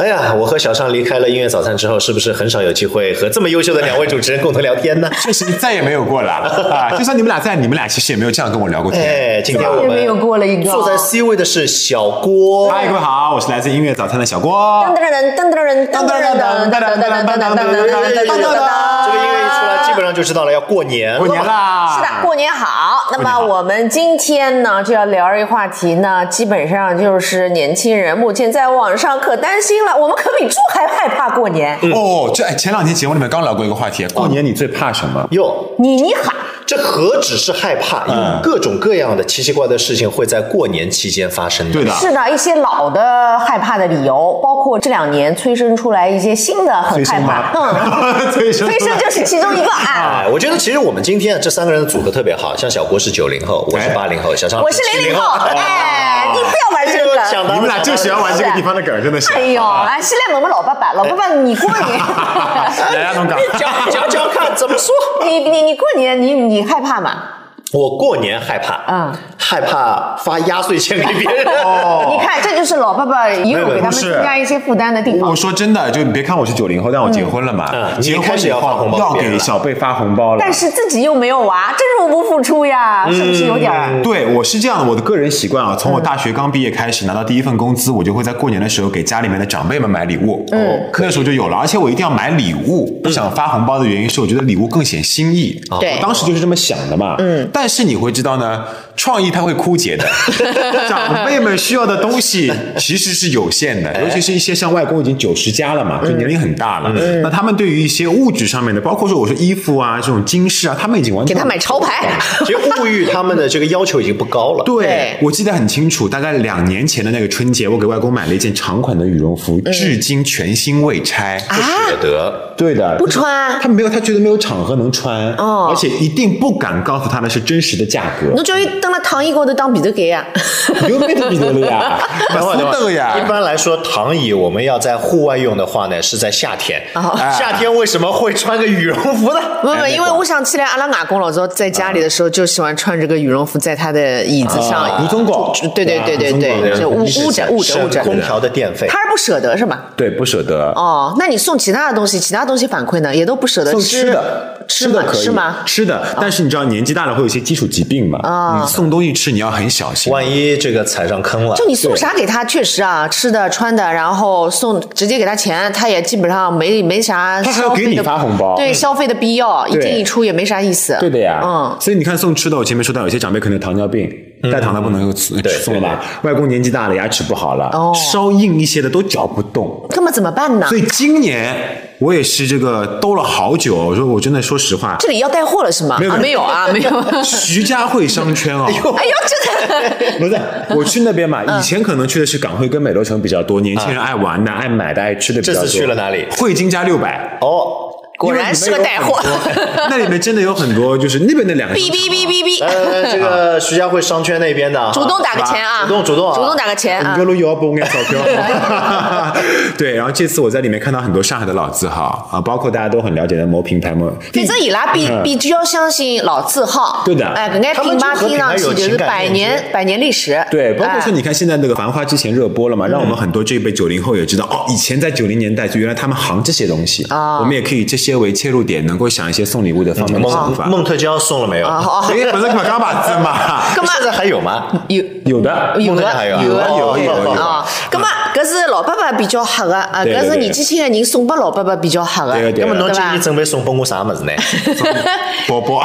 哎呀，我和小尚离开了音乐早餐之后，是不是很少有机会和这么优秀的两位主持人共同聊天 呢？确实再也没 有过了啊！就算你们俩在，你们俩其实也没有这样跟我聊过天。啊哎，今天我也们没有过了一个坐在 C 位的是小郭。嗨，各位好，我是来自音乐早餐的小郭。噔噔噔噔噔噔噔噔噔噔噔噔噔噔噔噔噔哎这个音乐一出来，基本上就知道了要过年了。过年啦！是的，过年好。那么我们今天呢，就要聊一个话题呢，基本上就是年轻人目前在网上可担心了，我们可比猪还害怕过年。哦，这哎，前两天节目里面刚聊过一个话题，嗯过年你最怕什么？哟，你你喊这何止是害怕，因为嗯各种各样的奇奇怪的事情会在过年期间发生的。对的，是的，一些老的害怕的理由，包括这两年催生出来一些新的很催害生吗怕，嗯，？催生，催生就是其中一个啊。哎，我觉得其实我们今天这三个人组的特别好，像小郭是九零后，我是哎八零后，啊小尚我是零零后，哎，你不要玩这个梗。你们俩就喜欢玩这个地方的梗，真的是。啊哎呦，哎，现在我们老爸爸，老爸爸，你 过年，哎来啊，龙 岗。讲讲讲看怎么说？你你你过年，你你害怕吗？我过年害怕，嗯，害怕发压岁钱给别人。你看，这就是老爸爸也有给哦他们不是增加一些负担的地我方。说真的，就你别看我是九零后，但我结婚了嘛，嗯结你开婚始以要发后红包要给别人给了小辈发红包了。但是自己又没有娃，这入不敷出呀，嗯是不是有点儿？对，我是这样的，我的个人习惯啊，从嗯我大学刚毕业开始拿到第一份工资，我就会在过年的时候给家里面的长辈们买礼物。嗯哦，那时候就有了，而且我一定要买礼物，不想发红包的原因是我觉得礼物更显心意。对我当时就是这么想的嘛。嗯，但是你会知道呢，创意它会枯竭 的，长辈们需要的东西其实是有限的，尤其是一些像外公已经九十加了嘛，嗯就年龄很大了，那他们对于一些物质上面的，包括说我说衣服啊这种金饰啊，他们已经完给全他买潮牌， 其实物欲他们的这个要求已经不高了。对对，我记得很清楚，大概两年前的那个春节，我给外公买了一件长款的羽绒服，嗯至今全新未拆。舍得，对的，啊不穿他没有，他觉得没有场合能穿，哦嗯而且一定不敢告诉他的是真实的价格。侬叫伊登了躺椅高头当皮头盖 呀？有没得比得了 呀？等会儿等那会个儿，一呀。般来说，躺椅我们要在户外用的话呢，是在夏天。哦夏天为什么会穿个羽绒服呢？不哎不，因为我想起来，阿拉外公老早在家里的时候就喜欢穿这个羽绒服，在他的椅子上。吴宗啊广就对对对对哎啊吴宗对，广就捂捂着捂着捂省着。空调的电费。他是不舍得是吧？对，不舍得。哦，那你送其他的东西，其他东西反馈呢，也都不舍得送吃吃的，吃的吗？可以，吃吗？哦吃的，但是你知道年纪大了会有一些基础疾病嘛？啊你送东西吃你要很小心。万一这个踩上坑了，就你送啥给他，确实啊，吃的、穿的，然后送直接给他钱，他也基本上没没啥消费他的。还要给你发红包嗯对消费的必要，一对进一出也没啥意思。对的呀，嗯，所以你看送吃的，我前面说到有些长辈可能糖尿病，带糖的不能够吃对送了吧？外公年纪大了，牙齿不好了，哦稍硬一些的都嚼不动。那么怎么办呢所？以今年我也是这个兜了好久，我说我真的说实话，这里要带货了是吗？没有啊，没有 啊，没有。徐家汇商圈哦。 哎呦，嗯这 个不是，我去那边嘛，以前可能去的是港汇跟美罗城比较多，年轻嗯人爱玩的、爱买的、爱吃的比较多。这次去了哪里汇金加六百， 哦，果然是个带货。 那里面真的有很多，就是那边的两个哔哔哔哔哔，呃，这个徐家汇商圈那边的啊，主动打个钱啊！主动主动啊主动打个钱啊五！个路摇不眼钞票。对，然后这次我在里面看到很多上海的老字号啊，包括大家都很了解的某品牌某。反正伊拉比比较相信老字号，嗯对的哎，搿眼他们品就牌和听上品牌去有就是情感百链年接百年历史，对，包括说哎你看现在那个《繁花》之前热播了嘛，让我们很多这一辈九零后也知道哦，以前在九零年代就原来他们行这些东西啊我们也可以以这些为切入点，能够想一些送礼物的方面的想蒙法。蒙特娇送了没有？哦哦，哎，不是马嘎巴子嘛？咁现在啊还有吗？有。有的，有蒙特的娇还有啊有的有的有的有的啊，咁啊，搿是老伯伯比较黑个，啊，对搿对是对年纪轻的人送拨老伯伯比较黑个，对对那么侬对今吧年？准备送拨我啥么子 呢？宝宝，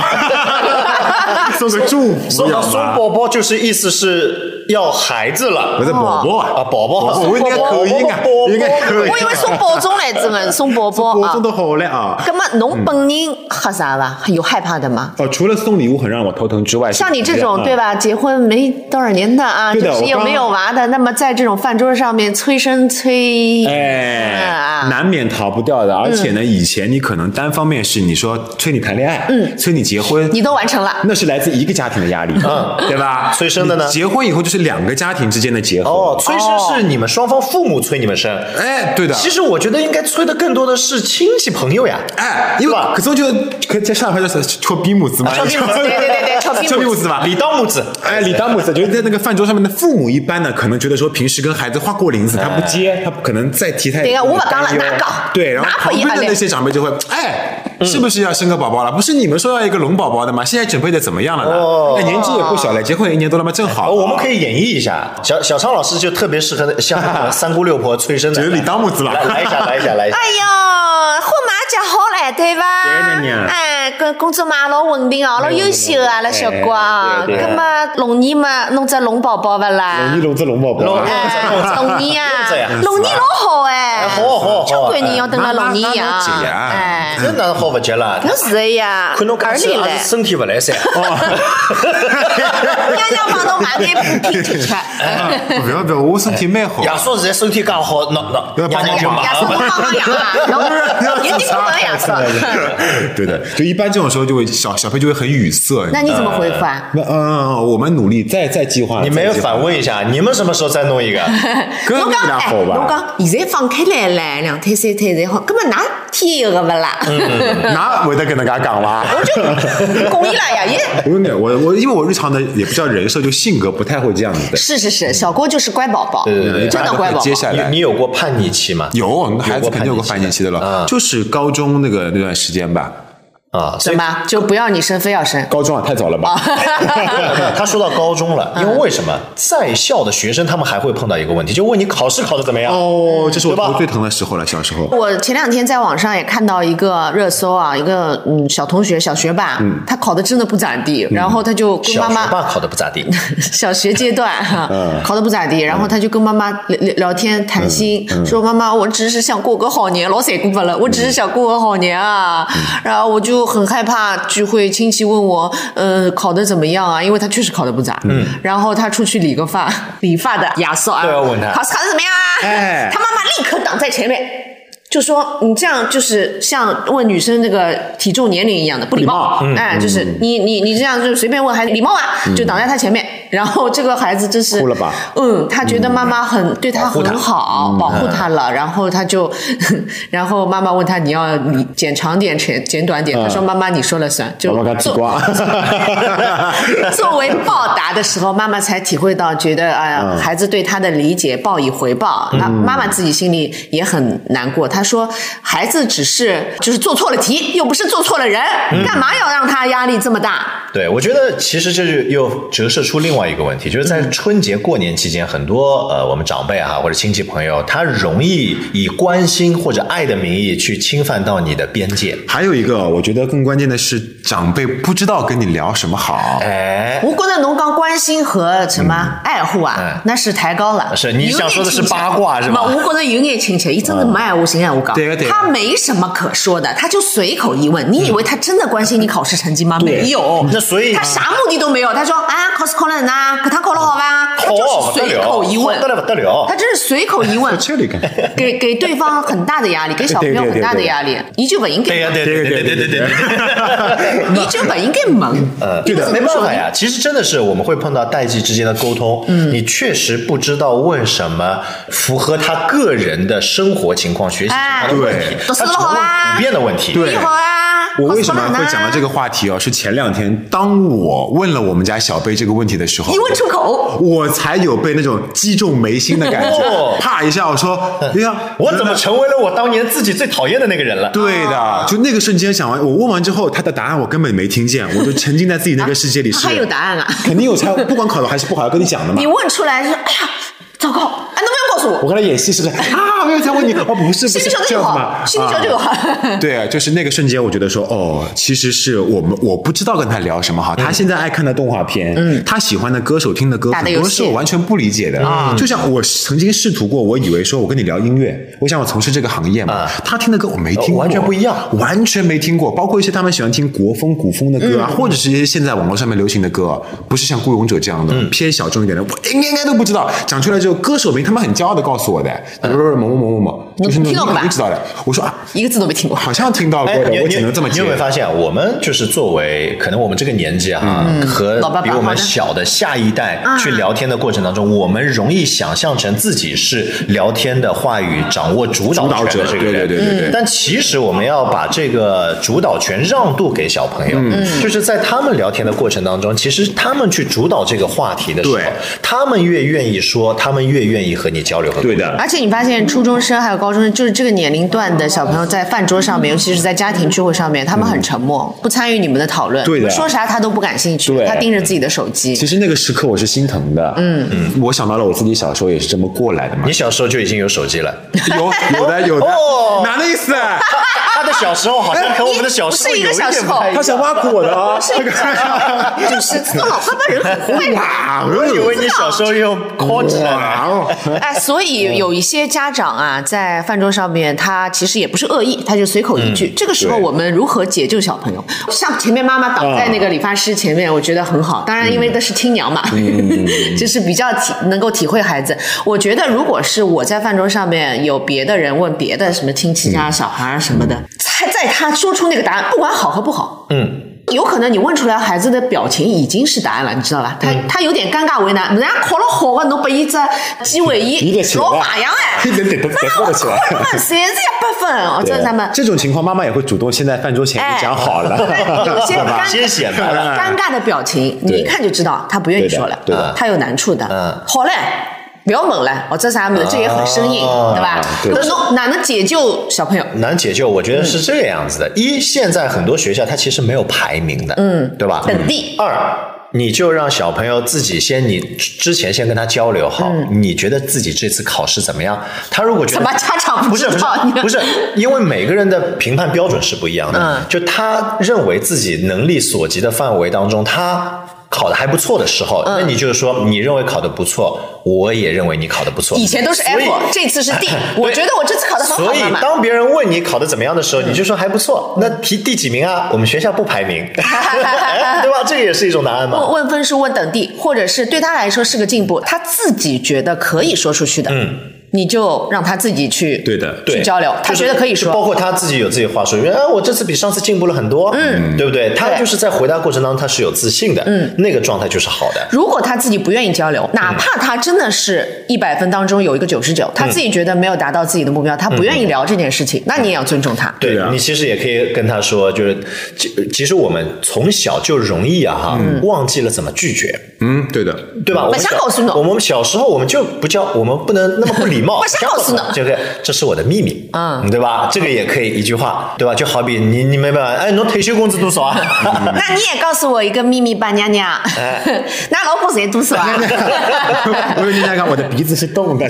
送个祝福送要送吗？宝宝就是意思是要孩子了不是宝宝啊，宝宝宝宝我应该可以啊，应该可以。我以为送宝钟来着嘛，送宝宝我啊送。的好嘞啊！咁啊，侬本人黑啥伐？有害怕的吗？哦，除了送礼物很让我头疼之外，像你这种嗯对？吧，结婚没多少年的啊，对的就是我又刚没有娃的，那么在这种饭桌上面催生催，哎，啊，难免逃不掉的。而且呢，以前你可能单方面是你说催你谈恋爱，嗯，催你结婚，你都完成了。 那是来自一个家庭的压力，嗯，对吧？催生的呢哦你结婚以后就是两个家庭之间的结合。哦，催生是你们双方父母催你们生，哎，对的，其实我觉得应该催的更多的是亲戚朋友呀。哎，因是为吧啊可是我觉得可接下来就是戳比姆兹嘛， 戳比姆兹对对对对戳比姆兹戳比姆 兹嘛。李当母子，哎，李达姆斯就是在那个饭桌上面的父母，一般呢可能觉得说平时跟孩子画过林子，他不哎接，他不可能再提他也对不啊会我把担当了忧拿搞对，然后拿旁回一边把的脸那些长辈就会，哎，是不是要生个宝宝了？不是你们说要一个龙宝宝的吗？现在准备的怎么样了哦呢？哎，年纪也不小了，结婚也一年多了嘛，正好。哦，我们可以演绎一下，小小昌老师就特别适合像那种三姑六婆催生的，就是李当母子吧来来一下，来一下， 来一下。哎哟，混马家好嘞，对吧？对的呢哎，工工作嘛也老稳定哦，老优秀啊，那小哥啊。对对那么龙年嘛，弄只龙宝宝不啦？哎龙子龙宝宝龙哎，龙年弄啊只呀，龙年老好哎，好好交好关，人要等到龙年哎那啊那那姐啊，哎，真的好不急了。那是的呀，看侬儿讲女起嘞啊来，，身体不来噻。哦娘娘帮侬买眼补品吃吃。啊不要不要，我身体蛮好。亚叔现在身体刚好，那那要帮娘忙娘就忙亚叔，你了。帮帮养啊，侬 有点可能亚叔。对的，就一般这种时候就会小小飞就会很语塞。那你你怎么回复啊？那嗯，我们努力再再计划。你没有再计划反问一下，你们什么时候再弄一 个？跟侬你讲俩哎，好吧？侬讲现在放开来了，两胎三胎侪好，葛么㑚添一个勿啦？嗯 哪会得跟能噶讲啦？我就供伊拉呀，也我有点，我我因为我日常的也不叫人设，就性格不太会这样子的。是是是，小郭就是乖宝宝，对对对真的乖宝宝。接下来你你有过叛逆期吗？有孩子肯定有个叛逆期的了，啊就是高中那个那段时间吧。 啊，什么就不要你生，非要生？高中啊，太早了吧？ 他说到高中啊了，因为为什么在校的学生他们还会碰到一个问题，就问你考试考的怎么样？哦，这是我对吧头最疼的时候了，小时候。我前两天在网上也看到一个热搜啊，一个嗯小同学小学霸，他考的真的不咋地，然后他就跟嗯小妈学妈霸考的不咋地， 小学阶段哈，考得不咋地，然后他就跟妈妈聊聊聊天谈心，说妈妈，我只是想过个好年，老残酷不了，我只是想过个好年啊。然后我就很害怕聚会，亲戚问我，呃，考得怎么样啊？因为他确实考得不咋。嗯。然后他出去理个发，理发的亚瑟啊，对要问他考试考得怎么样啊？哎他妈妈立刻挡在前面。就说嗯你这样就是像问女生那个体重年龄一样的不礼貌，哎，就是你你你这样就随便问孩子礼貌啊，就挡在他前面。然后这个孩子真是哭了吧？嗯，他觉得妈妈很对他很好，保护他了，然后他就， 然后妈妈问他你要你剪长点，剪剪短点，他说妈妈你说了算，就我给他吃做 瓜。作为报答的时候，妈妈才体会到，觉得哎呀，孩子对他的理解报以回报。那妈妈自己心里也很难过，她说孩子只是就是做错了题，又不是做错了人，干嘛要让他压力这么大？对，我觉得其实这就又折射出另外一个问题，就是在春节过年期间，很多呃我们长辈啊或者亲戚朋友，他容易以关心或者爱的名义去侵犯到你的边界。 还有一个，我觉得更关键的是，长辈不知道跟你聊什么好。哎，我觉得侬讲关心和什么爱护啊哎，那是抬高了。是你有想眼说的是亲切八卦是吧嗯没我觉得有眼亲切，伊真的没爱我心啊爱我讲，对个对个，他没什么可说的，他就随口一问。你以为他真的关心你考试成绩吗？没有，那所以他啥目的都没有。他说啊，考试考了哪？搿趟考了好伐？他就是好哦不得随了，口一问好不，得了不得了他。真是随口一问这里看， 给给对方很大的压力，给小朋友很大的压力。伊就勿应该对呀、对问，对对对对对对。伊就勿应该问。呃，对的没办法呀。其实真的是我们会碰到代际之间的沟通，你确实不知道问什么符合他个人的生活情况、学习情况的问题哎，他只能问普遍的问题。对你好啊，我为什么会讲到这个？个话题哦？是前两天当我问了我们家小贝这个问题的时候，一问出口。我才有被那种击中眉心的感哦觉，啪一下，我 说，哎呀，我怎么成为了我当年自己最讨厌的那个人了？对啊的，就那个瞬间想完，我问完之后，他的答案我根本没听见，我就沉浸在自己那个世界里。是还有答案啊？ 肯定有猜，不管考的还是不好，要跟你讲的嘛你。问出来是，哎呀，糟糕，哎，能不能告诉我我？刚才演戏是不是啊？没有在问你，哦，不是，不心是里想这就样子好，嘛。心里啊想就好。对，啊就是那个瞬间，我觉得说，哦，其实是我们我不知道跟他聊什么好。他现在爱看的动画片，嗯，他喜欢的歌手听的歌，打的很游戏多是我完全不理解的。啊，就像我曾经试图过，我以为说我跟你聊音乐，我想我从事这个行业嘛啊，他听的歌我没听过，哦完全不一样完全没听过。包括一些他们喜欢听国风、古风的歌啊，或者是一些现在网络上面流行的歌，不是像《孤勇者》这样的偏小众一点的，我应该应该都不知道。讲出来之后，歌手名他们很骄傲的告诉我的，比如说某某某某某。就是听到过吧你知道的。我说啊， 一个字都没听过。好像听到过哎，的你，我只能这么你接有没。有发现，啊我们就是作为可能我们这个年纪哈，嗯和嗯老爸爸比我好们的小的下一代啊去聊天的过程当中，我们容易想象成自己是聊天的话语掌握主导主导权的者这个人，对对对对对但其实我们要把这个主导权让渡给小朋嗯友，嗯就是在他们聊天的过程当中，其实他们去主导这个话题的时候对，他们越愿意说，他们越愿意和你交流和沟通对的，而且你发现初中生还有高中生，就是这个年龄段的小朋友，在饭桌上嗯面，尤其是在家庭聚会上面，他们很沉默，不参与你们的讨论，对的说啥他都不感兴趣，对他盯着自己的手机其。实那个时刻我是心疼的。嗯嗯，我想到了我自己小时候也是这么过来的嘛你。小时候就已经有手机了，有有的有的哦，哪的意思？他的小时候好像和我们的小时候不是一有个一小时点不候太一样他。想挖苦我的哦。就是这个老爸爸人很坏的。哇，我以为你小时候用 call 起来了。哇哦， 哎，所以有一些家长啊，在饭桌上面，他其实也不是恶意，他就随口一句。这个时候，对我们如何解救小朋友？像前面妈妈挡在那个理发师前面，我觉得很好。当然，因为那是亲娘嘛， 就是比较体能够体会孩子。我觉得，如果是我在饭桌上面有别的人问别的什么亲戚家小孩啊什么的，在在他说出那个答案，不管好和不好，嗯有可能你问出来孩子的表情已经是答案了，你知道吧？他、嗯他有点尴尬为难，人家考了好啊，侬拨伊只鸡尾你得伊起老来马样哎，你得得得得那过我得起考来了八分，三十一百分，我真的他们。这种情况，妈妈也会主动先在饭桌前就讲好了，有 些尴呃先显摆了尴尬的表情，你一看就知道他不愿意说了，啊对的对的他有难处的。嗯好嘞，不要问了，哦我这啥么子，这也很生硬，啊对吧？对那侬哪能解救小朋友？难解救，我觉得嗯是这个样子的。一，现在很多学校它其实没有排名的，嗯，对吧？本地二，你就让小朋友自己先，你之之前先跟他交流好，你觉得自己这次考试怎么样？他如果觉得嗯怎么家长不知是不是道？ 不是，因为每个人的评判标准是不一样的。嗯就他认为自己能力所及的范围当中，他考的还不错的时候，嗯那你就是说，你认为考的不错，我也认为你考的不错。以前都是所以 F，这次是 D，我觉得我这次考得很 好，所以妈嗯妈当别人问你考的怎么样的时候，你就说还不错。那提第几名啊？我们学校不排 名，哎对吧？这个也是一种答案嘛。问问分数、问等地，或者是对他来说是个进步，他自己觉得可以说出去的，嗯，你就让他自己去对的对去交流，他就是觉得可以就包说。括他自己有自己话说，哎，我这次比上次进步了很多，嗯，对不对？他对就是在回答过程当中，他是有自信的，嗯，那个状态就是好的。如果他自己不愿意交流，哪怕他真的是一百分当中有一个九十九，他自己觉得没有达到自己的目标，他不愿意聊这件事情，那你也要尊重他。对对啊你其实也可以跟他说，就是其其实我们从小就容易啊哈，嗯忘记了怎么拒绝，嗯，对的，对吧？我们想小告诉侬我们小时候我们就不叫，我们不能那么不礼貌。我想告诉侬这个这是我的秘密，嗯对吧？这个也可以一句话，对吧？就好比你你明白吧？哎，侬退休工资多少 啊？那你也告诉我一个秘密吧，娘娘， 那老虎谁毒死啊？ 我有点在看，我的鼻子是动 的。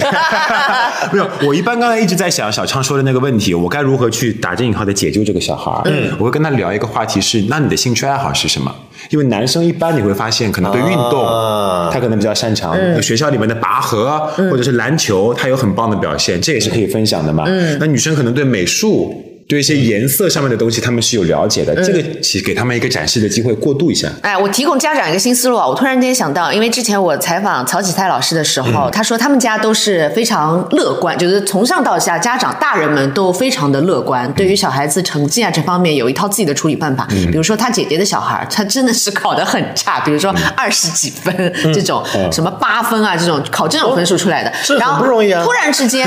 没有，我一般刚才一直在想小昌说的那个问题，我该如何去打正引号的解救这个小孩儿？嗯，我会跟他聊一个话题是，那你的兴趣爱好是什么？因为男生一般你会发现，可能对运动、啊他可能比较擅长，学校里面的拔河啊或者是篮球，他有很棒的表现，这也是可以分享的嘛。那女生可能对美术。对一些颜色上面的东西，他们是有了解的。这个其实给他们一个展示的机会，过渡一下。哎，我提供家长一个新思路啊！我突然间想到，因为之前我采访曹启泰老师的时嗯候，他说他们家都是非常乐观，就是从上到下，家长大人们都非常的乐嗯观，对于小孩子成绩啊这方面有一套自己的处理办法。比如说他姐姐的小孩，他真的是考得很差，比如嗯说二十几分、这种，什么八分啊这种，考这种分数出来的，哦这很然后不容易啊突 然之间，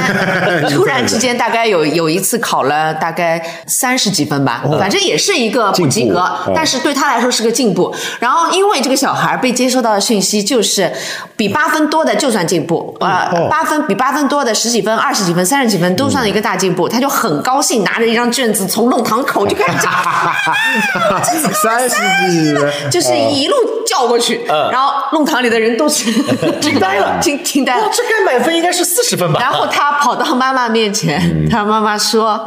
突然之间大概有有一次考了大概三十几分哦吧，反正也是一个不及进步格嗯，但是。对他来说是个进步。然后因为这个小孩被接收到的讯息就是比八分多的就算进步，啊、哦八分比八分多的十几分、二十几分、三十几分都算一个大进步，他就很高兴，拿着一张卷子从弄堂口就开始叫，三十几人， 就是一路叫过去，然后弄堂里的人都是 惊呆了，惊惊呆了。这该满分应该是四十分吧？然后他跑到妈妈面前，嗯他妈妈说：“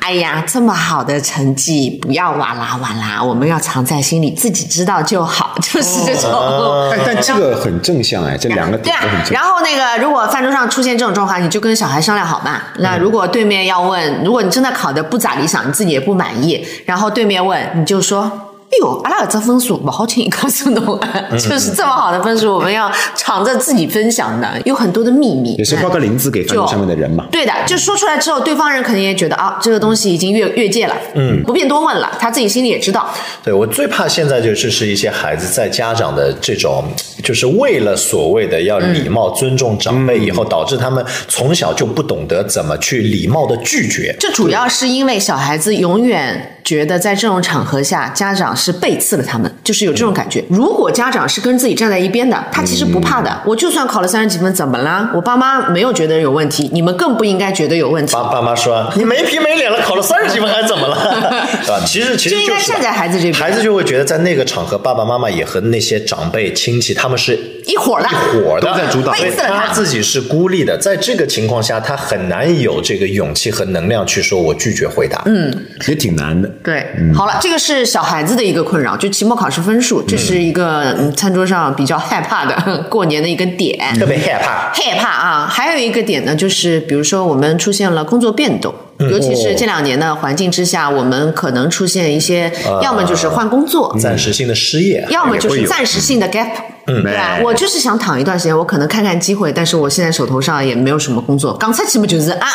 哎呀，这么好的成绩，不要哇啦哇啦，我们要藏在心里，自己知道就好。” 就是这种。嗯哦哎，但这个很正向哎，这两个对点啊都很，正然后那个，如果饭桌上出现这种状况，你就跟小孩商量好嘛。嗯那如果对面要问，如果你真的考得不咋理想，你自己也不满意，然后对面问，你就说哟，阿拉搿只分数勿好轻易告诉侬啊，就是这么好的分数，我们要藏着自己分享的，有很多的秘密。也是报个林子给饭桌上面的人嘛。对的，就说出来之后，对方人肯定也觉得啊，这个东西已经越越界了，嗯，不便多问了，他自己心里也知道。对我最怕现在就是是一些孩子在家长的这种，就是为了所谓的要礼貌、嗯尊重长辈，以后导致他们从小就不懂得怎么去礼貌的拒绝。这主要是因为小孩子永远觉得在这种场合下，家长是背刺了他们，就是有这种感觉。嗯如果家长是跟自己站在一边的，他其实不怕的。我就算考了三十几分，怎么啦？我爸妈没有觉得有问题，你们更不应该觉得有问题爸。爸妈说你没皮没脸了，考了三十几分还怎么 了？对吧？其实其实就应就该是站在孩子这边孩子就会觉得在那个场合，爸爸妈妈也和那些长辈亲戚他们是一伙儿的伙儿的，都在主导所以背刺了他他自己是孤立的。在这个情况下，他很难有这个勇气和能量去说我拒绝回答。嗯，啊也挺难的。对，好了，这个是小孩子的一个困扰，就期末考试分数，这是一个嗯餐桌上比较害怕的 过年的一个点。特别害怕。害怕啊！还有一个点呢，就是比如说我们出现了工作变动，尤其是这两年的环境之下，我们可能出现一些，要么就是换工作，暂时性的失业，啊要么就啊也会是有暂时性的 gap。嗯对吧哎？我就是想躺一段时间，我可能看看机会，但是我现在手头上也没有什么工作。刚才起码就是啊，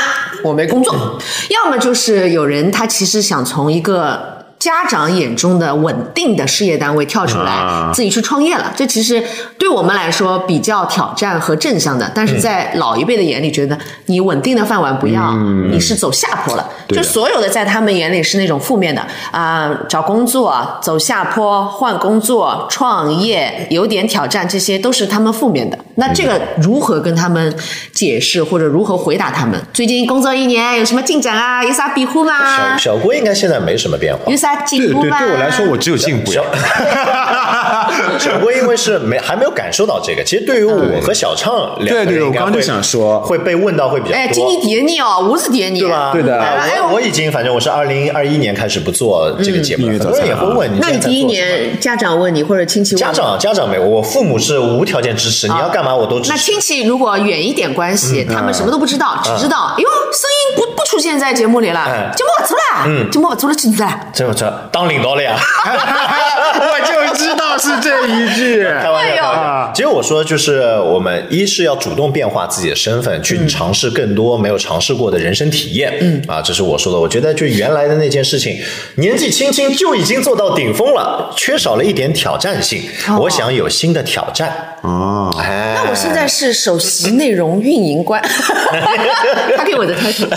我没工作，嗯要么就是有人他其实想从一个家长眼中的稳定的事业单位跳出来，啊自己去创业了。这其实对我们来说比较挑战和正向的，嗯但是在老一辈的眼里，觉得你稳定的饭碗不要，你是走下坡了。嗯对的就所有的在他们眼里是那种负面的啊、找工作、走下坡、换工作、创业有点挑战，这些都是他们负面的。那这个嗯如何跟他们解释，或者如何回答他们？最近工作一年有什么进展啊？有啥变小化吗？小郭应该现在没什么变化有。对啥进步啊对，吗？对我来说，我只有进步呀 小。小郭因为是没还没有感受到这个，其实对于我和小畅两个对对人对应该我刚就会想说会被问到会比较哎，多。今年点你哦，我是点你，对吧？对的啊哎我我我已经，反正我是二零二一年开始不做这个节目了，嗯很多人也会问你那现在在做你什么。第一年家长问你或者亲戚问家你长家长没有，我父母是无条件支持，你要干嘛我都支啊那持。亲戚如果远一点关系，嗯他们什么都不知道，只知道，哎呦，声音不不出现在节目里了哎，节目不出了，节目不出了，记住了。这这当领导了呀！ 我就知道是这一句。开玩笑，哎呦开玩笑。其实我说就是我们一是要主动变化自己的身份，去尝试更多没有尝试过的人生体验。嗯啊，这是我说的。我觉得就原来的那件事情，年纪轻轻就已经做到顶峰了，缺少了一点挑战性。哦我想有新的挑战。哦，哎，那我现在是首席内容运 营官，他给我的 title，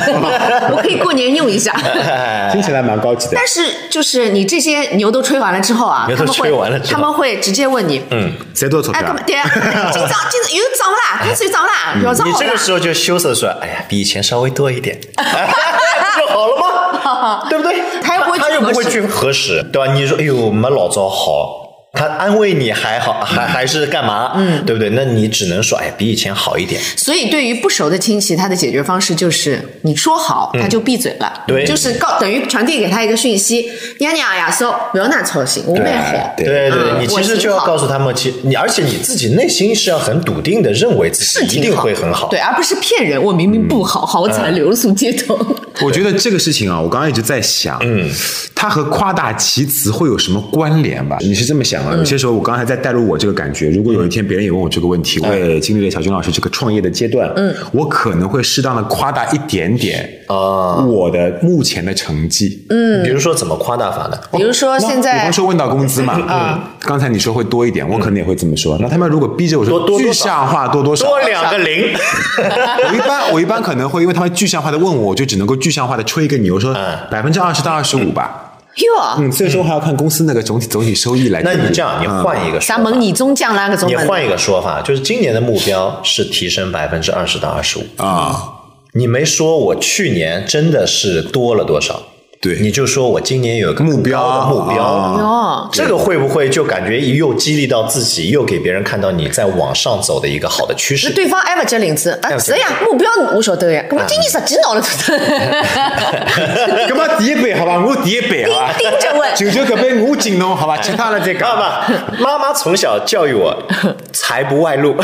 我可以过年用一下。哎 听起来蛮高级的。但是就是你这些牛都吹完了之后啊，牛他都们会吹完了之后他们会直接问你，嗯，谁多投哎，干嘛？对啊，今早今早又涨啦，跟谁涨啦？有涨嗯你好这啦个时候就羞涩说：“哎呀，比以前稍微多一点， 不就好 了吗？对不对？”他又不会去他又不会核实去核实，对吧？你说：“哎呦，没老早好。”他安慰你还好，还还是干嘛？嗯，对不对？那你只能说，哎，比以前好一点。所以，对于不熟的亲戚，他的解决方式就是你说好，他就闭嘴了，对就是告等于传递给他一个讯息：娘娘呀，说不要那操心，我没好。对对对，嗯你其我实挺就要好告诉他们，其你而且你自己内心是要很笃定的，认为自是己一挺定会很好。对，而不是骗人。我明明不好，好惨流宿街头。嗯 我觉得这个事情啊，我刚刚一直在想，嗯，它和夸大其词会有什么关联吧？你是这么想啊？有些时候我刚才在带入我这个感觉，如果有一天别人也问我这个问题，我也经历了小军老师这个创业的阶段，嗯，我可能会适当的夸大一点点啊我的目前的成绩，嗯，嗯，比如说怎么夸大法呢？比如说现哦比在方，说问到工资嘛，嗯，刚才你说会多一点，我可能也会这么说。那他们如果逼着我多说多多具少象化多多少，多两个零， 我一般我一般可能会，因为他们具象化的问我，我就只能够具象化的吹一个牛，说嗯百分之二十到二十五吧。哟，嗯，最终还要看公司那个总体总体收益来决 那定。你这样，你换一个说啥法，蒙你中将啦个中你门，换一个说法，就是今年的目标是提升百分之二十到二十五。啊，你没说我去年真的是多了多少，对你就说我今年有一个目更标高的目标。啊哟，这个会不会就感觉又激励到自己，又给别人看到你在往上走的一个好的趋势？对方挨勿接领子，啊，是呀，目标我晓得呀，啊搿么 今年实际拿了多少？ 干嘛第一杯好吧，我第一杯好吧。盯着问，九九可被我进侬好吧，其他的再爸讲。爸，妈妈从小教育我，财不外露。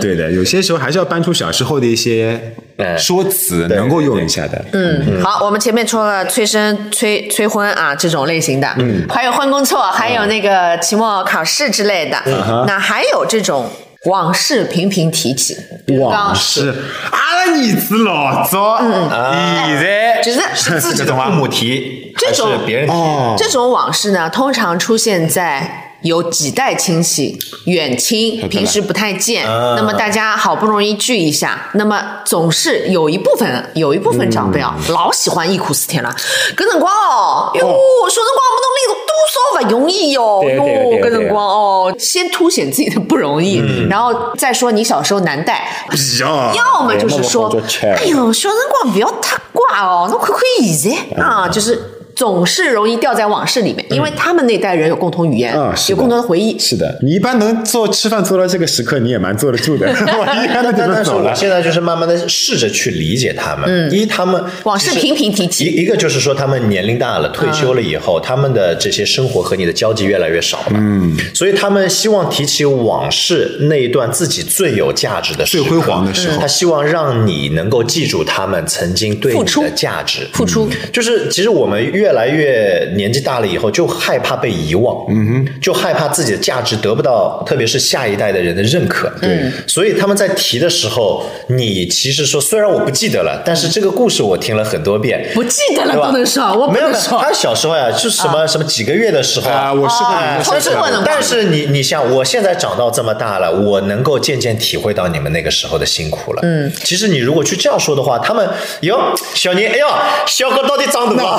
对的，有些时候还是要搬出小时候的一些哎说辞，能够用一下的。嗯，好，我们前面说了催生、催催婚啊这种类型的，嗯，嗯还有换工作，还有那个期末考试之类的，那还有这种往事频频提起，比如往刚事，阿拉儿子老早，现在就是是自己这种父母 提还这是种别人提？哦这种往事呢，通常出现在。有几代亲戚远亲，平时不太见，啊那么大家好不容易聚一下，那么总是有一部分有一部分长辈啊，嗯老喜欢忆苦思甜了。搿辰光哦，哟，小辰光我们侬拎多少勿容易哟，对哟啊对啊对啊，嗯搿对辰啊光哦，先凸显自己的不容易，然后再说你小时候难带，皮哦，要么就是说哎那么好就，吃哎呦，小辰光不要太怪哦，侬看看现在啊，就是。总是容易掉在往事里面，因为他们那代人有共同语言，啊是有的共同的回忆。是的，你一般能做吃饭做到这个时刻，你也蛮坐得住的。我一般都但怎么但是走我了？现在就是慢慢的试着去理解他们。一他们嗯往事其实频频提起一一个就是说他们年龄大了，退休了以后，他们的这些生活和你的交集越来越少了。嗯，所以他们希望提起往事那一段自己最有价值的时刻、嗯最辉煌的时候他希望让你能够记住他们曾经对你付出的价值。嗯付出就是其实我们越来越年纪大了以后，就害怕被遗忘，嗯哼，就害怕自己的价值得不到，特别是下一代的人的认可，对，所以他们在提的时候，你其实说虽然我不记得了，但是这个故事我听了很多遍，不记得了对吧都能说，我不没有能没啊有说。他小时候呀，就是什么什么几个月的时候啊，我是啊但会，我从是是吃过呢但是你你像我现在长到这么大了，我能够渐渐体会到你们那个时候的辛苦了。嗯，其实你如果去这样说的话，他们哟小年，哎呦小哥到底长大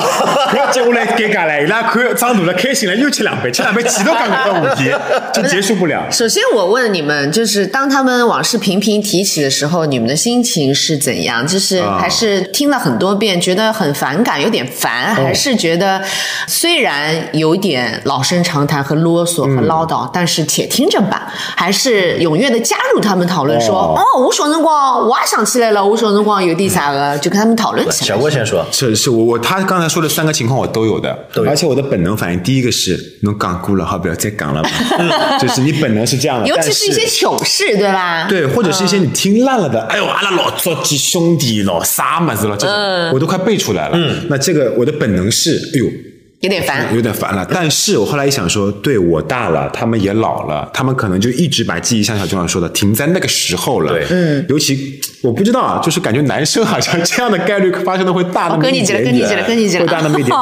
了，不要接下来尴尬了，伊拉看长大了开心了，又吃两杯，吃两杯几多尴尬的话题就结束不了。首先，我问你们，就是当他们往事频频提起的时候，你们的心情是怎样？就是啊还是听了很多遍，觉得很反感，有点哦烦，还是觉得虽然有一点老生常谈和啰嗦嗯和唠叨，但是且听着吧，还是踊跃的加入他们讨论，说哦哦，我小辰光我也想起来了，我小辰光有点啥个，就跟他们讨论嗯起来小。郭先说，是是，我我他刚才说的三个情况我都有的，都有而且我的本能反应第一个是，侬讲过了，好不要再讲了吧， 就是你本能是这样的，尤但其是一些嗯糗事，对吧？对，或者是一些你听烂了的，哎呦，阿拉老早几兄弟老啥么子了，这种、我都快背出来了。嗯，那这个我的本能是，哎呦，有点烦。有点烦了。但是我后来一想说，对我大了，他们也老了，他们可能就一直把记忆像小军老师说的停在那个时候了。对嗯，尤其我不知道啊，就是感觉男生好像这样的概率发生的会大那哦么跟一你点姐了点，跟你姐了跟你姐了哦会大那么一点点。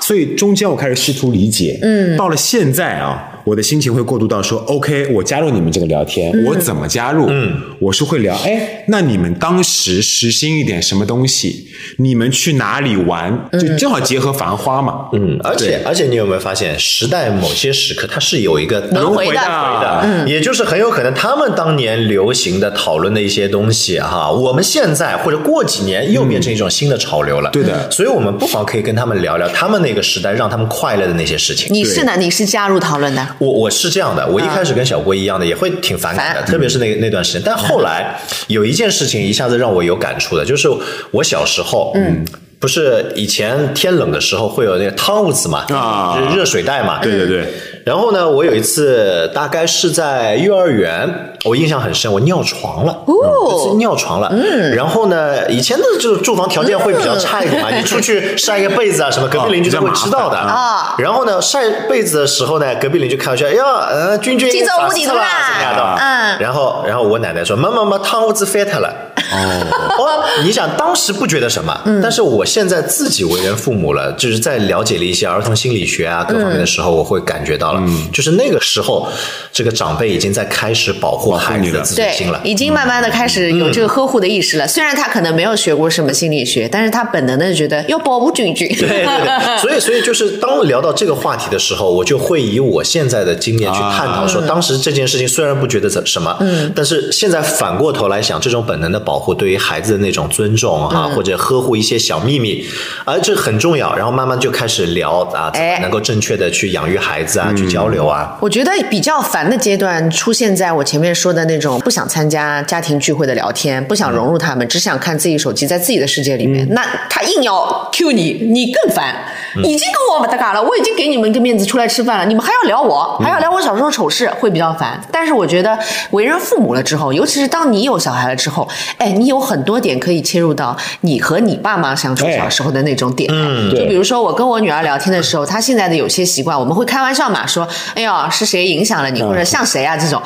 所以中间我开始试图理解，嗯，到了现在啊。我的心情会过渡到说，OK，我加入你们这个聊天，我怎么加入？嗯，我是会聊，哎，那你们当时实行一点什么东西？你们去哪里玩？嗯就正好结合繁花嘛。嗯，嗯，而且而且你有没有发现，时代某些时刻它是有一个轮回回的的，嗯也就是很有可能他们当年流行的讨论的一些东西哈，我们现在或者过几年又变成一种新的潮流了。对的所以我们不妨可以跟他们聊聊他们那个时代让他们快乐的那些事情。你是呢？你是加入讨论的？我我是这样的，我一开始跟小郭一样的，也会挺反感的，烦特别是那那段时间。但后来有一件事情一下子让我有感触的，就是我小时候，嗯。不是以前天冷的时候会有那个汤姆子嘛，啊就是热水袋嘛。对对对。然后呢，我有一次大概是在幼儿园，我印象很深，我尿床了。哦就是尿床了。嗯。然后呢，以前的就是住房条件会比较差一点嘛，你出去晒一个被子啊什么，隔壁邻居都会知道的哦比较然麻烦啊后呢，晒被子的时候呢，隔壁邻居开玩笑，哎呀，呃，君君今朝屋里里头啦怎么样的？嗯然后，然后我奶奶说，妈妈妈，汤屋子翻掉了。哦，你想当时不觉得什么，但是我现在自己为人父母了，就是在了解了一些儿童心理学啊各方面的时候，我会感觉到了，就是那个时候，这个长辈已经在开始保护孩子的自尊对心了，。嗯已经慢慢的开始有这个呵护的意识了。虽然他可能没有学过什么心理学，但是他本能的觉得要保护君君。对对对， 所以所以就是当聊到这个话题的时候，我就会以我现在的经验去探讨嗯说，当时这件事情虽然不觉得怎什么，嗯，但是现在反过头来想，这种本能的保护对于孩子的那种尊重哈、嗯或者呵护一些小秘密，而这很重要。然后慢慢就开始聊啊，怎么哎能够正确的去养育孩子啊，去交流啊。我觉得比较烦的阶段出现在我前面说的那种不想参加家庭聚会的聊天，不想融入他们，只想看自己手机，在自己的世界里面。那他硬要 Q 你，你更烦。已经跟我搭嘎了，我已经给你们一个面子出来吃饭了，你们还要聊我，还要聊我小时候丑事，会比较烦。但是我觉得为人父母了之后，尤其是当你有小孩了之后，哎，你有很多点可以切入到你和你爸妈相处小时候的那种点。嗯，对就比如说我跟我女儿聊天的时候，她现在的有些习惯，我们会开玩笑嘛，说，哎呦，是谁影响了你，或者像谁啊这种。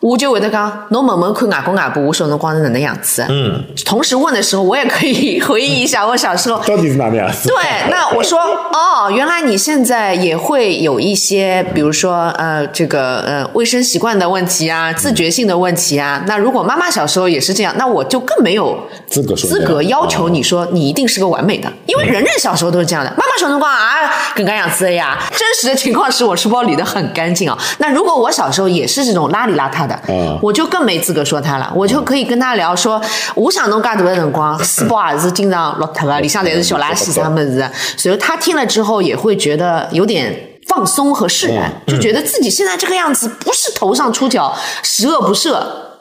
我就会得讲，侬问问看外公外啊婆，我小辰光是哪能样子？嗯，同时问的时候，我也可以回忆一下我小时候到底是哪里啊？ 对，那我说哦，原来你现在也会有一些，比如说呃，这个呃卫生习惯的问题啊，自觉性的问题啊。那如果妈妈小时候也是这样，那我就更没有资格说哦资格要求你说你一定是个完美的，因为人人小时候都是这样嗯的。妈妈小辰光啊，更干样子的呀。真实的情况是我书包理得很干净啊。那如果我小时候也是这种邋里邋遢的，嗯我就更没资格说他了，我就可以跟他聊说，我想侬介大的辰光，书包也是经常落脱的，里向侪是小垃嗯圾啥么子，所以他听了之后也会觉得有点。放松和释然，就觉得自己现在这个样子不是头上出脚，十恶不赦，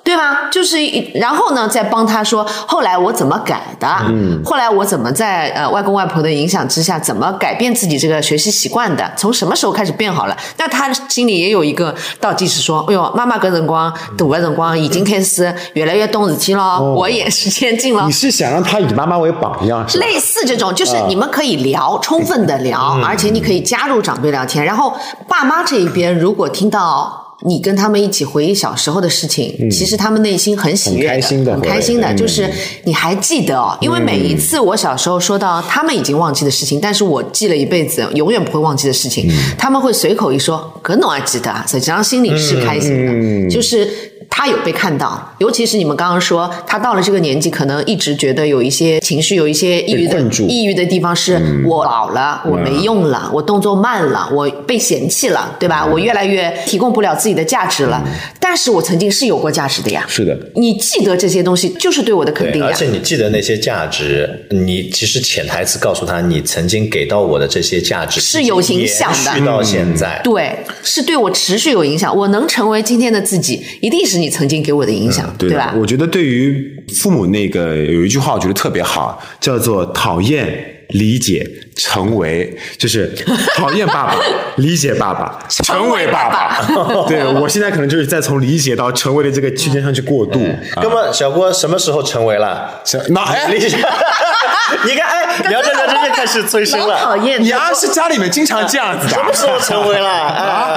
对吧？就是一，然后呢，再帮他说，后来我怎么改的？嗯，后来我怎么在呃外公外婆的影响之下，怎么改变自己这个学习习惯的？从什么时候开始变好了？那他心里也有一个倒计时，说，哎哟，妈妈搿辰光大的辰光已经开始越来越懂事体了，我也是前进了你。是想让他以妈妈为榜样是吧？啊嗯类似这种，就是你们可以聊，充分的聊，而且你可以加入长辈聊天。然后爸妈这一边如果听到。你跟他们一起回忆小时候的事情，其实他们内心很喜悦嗯很开心的很开心回的，忆就是你还记得哦。因为每一次我小时候说到他们已经忘记的事情，但是我记了一辈子，永远不会忘记的事情，他们会随口一说，可侬还记得啊？实际上心里是开心的，就是他有被看到，尤其是你们刚刚说他到了这个年纪，可能一直觉得有一些情绪，有一些抑郁被的困住抑郁的地方是我老了，我没用了，我动作慢了，我被嫌弃了，对吧？我越来越提供不了自己的价值了。但是我曾经是有过价值的呀。是的，你记得这些东西，就是对我的肯对，定呀而。且你记得那些价值，你其实潜台词告诉他，你曾经给到我的这些价值是有影响的延续到现在。对，是对我持续有影响。我能成为今天的自己，一定是你曾经给我的影响，嗯对的吧？我觉得对于父母那个有一句话，我觉得特别好，叫做“讨厌、理解、成为”，就是讨厌爸爸，理解爸爸，成为爸爸。 对我现在可能就是在从理解到成为的这个区间上去过渡。啊那么小郭什么时候成为了？成那哎你 你看，哎，聊着聊着又开始催生老讨了。厌你啊是家里面经常这样子的什啊么。时候成为了？啊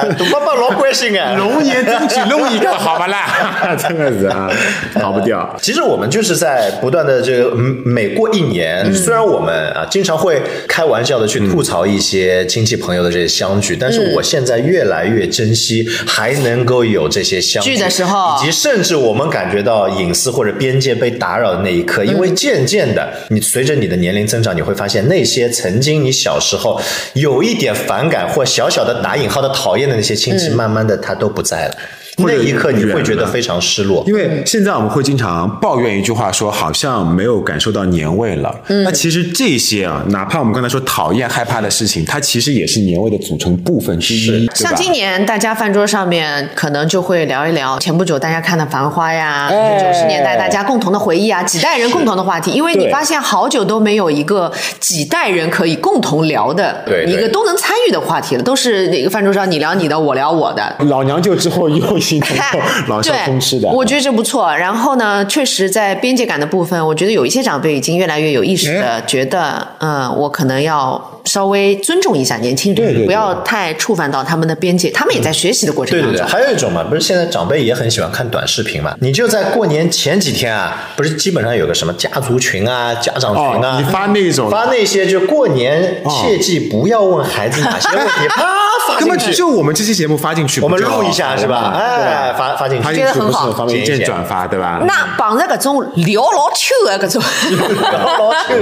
啊！杜爸爸老关心哎。啊龙颜争取弄一个，好吧啦， 这个子啊，逃不掉。其实我们就是在不断的这个，嗯每过一年，嗯虽然我们啊经常会开玩笑的去吐槽一些亲戚朋友的这些相聚，但嗯是我现在越来越珍惜还能够有这些相聚聚的时候以及甚至我们感觉到隐私或者边界被打扰的那一嗯刻，因为渐渐的，你随着你的年龄增长，你会发现那些曾经你小时候有一点反感或小小的打引号的讨厌的那些亲嗯戚，慢慢的他都不在了，那一刻你会觉得非常失落。因为现在我们会经常抱怨一句话说，好像没有感受到年味了。那其实这些啊，哪怕我们刚才说讨厌、害怕的事情，它其实也是年味的组成部分之一，对吧像？今年大家饭桌上面可能就会聊一聊前不久大家看的《繁花》呀，哎九十年代大家共同的回忆啊，几代人共同的话题，因为你对发现好久都没有一个几代人可以共同聊的对对一个都能参与的话题了，都是那个饭桌上你聊你的，我聊我的，老娘舅之后又一能够看 老少 对，通吃的，我觉得这不错。然后呢，确实在边界感的部分，我觉得有一些长辈已经越来越有意识的觉得，嗯，我可能要稍微尊重一下年轻人，对对对不要太触犯到他们的边界。他们也在学习的过程对当对中。对，还有一种嘛，不是现在长辈也很喜欢看短视频嘛？你就在过年前几天啊，不是基本上有个什么家族群啊、家长群啊，哦，你发那种，发那些就过年切记不要问孩子哪些问 题，啊啪、发根进本去。就我们这期节目发进去，我们不就录一下是吧？好了哎，发发进啊发去，进觉去得不很是好方便一键转发对吧？那绑着搿种聊老秋的 搿种，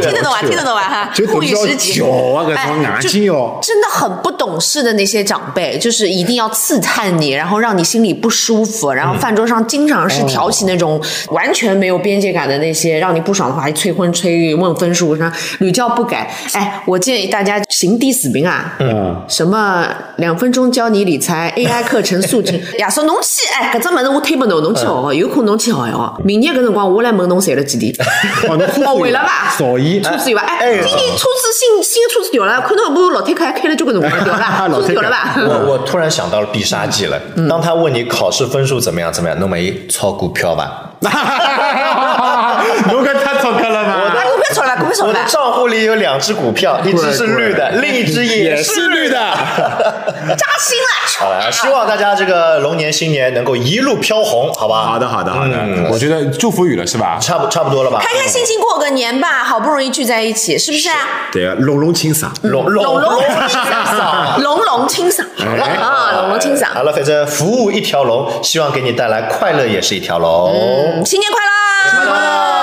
听得懂吧？听得懂吧？哈就，沪等语到十级久。啊，搿哎种牙就青哟。真的很不懂事的那些长辈，就是一定要刺探你，然后让你心里不舒服，然嗯后饭桌上经常是挑起那哦种完全没有边界感的那些让你不爽的话，还催婚催育、问分数，啥屡教不改。哎，我建议大家行第四名啊，嗯，什么两分钟教你 理财 AI 课程速成，亚说侬去哎，搿只物事我推拨侬，侬去学嗯学，有空侬去学一学。明年搿辰光我来问侬赚了几钿？哦，侬哦，会了吧？少一， 哎车子以外，哎，今年车子新新车子调 了，可能不老天开开了交关辰光调了吧，老总天调了嗯吧。我我突然想到了必杀技了。嗯当他问你考试分数怎么样怎么样，那么一炒股票吧，侬搿太钞票了啊，吧？股票炒了，股票炒我的了。账户里有两只股票，一只是绿的，另一只也是绿的，扎心好了。了，希望大家这个龙年新年能够一路飘红，好吧？好的，好的，好的嗯，我觉得祝福语了是吧？差不差不多了吧？开开心心过个年吧，好不容易聚在一起，是不是啊？对啊，隆隆清爽。龙龙龙龙清 嗓，龙龙清嗓，好了啊，龙龙清好嗓，了，反正服务一条龙，希望给你带来快乐也是一条龙。嗯，新年快乐！新年快乐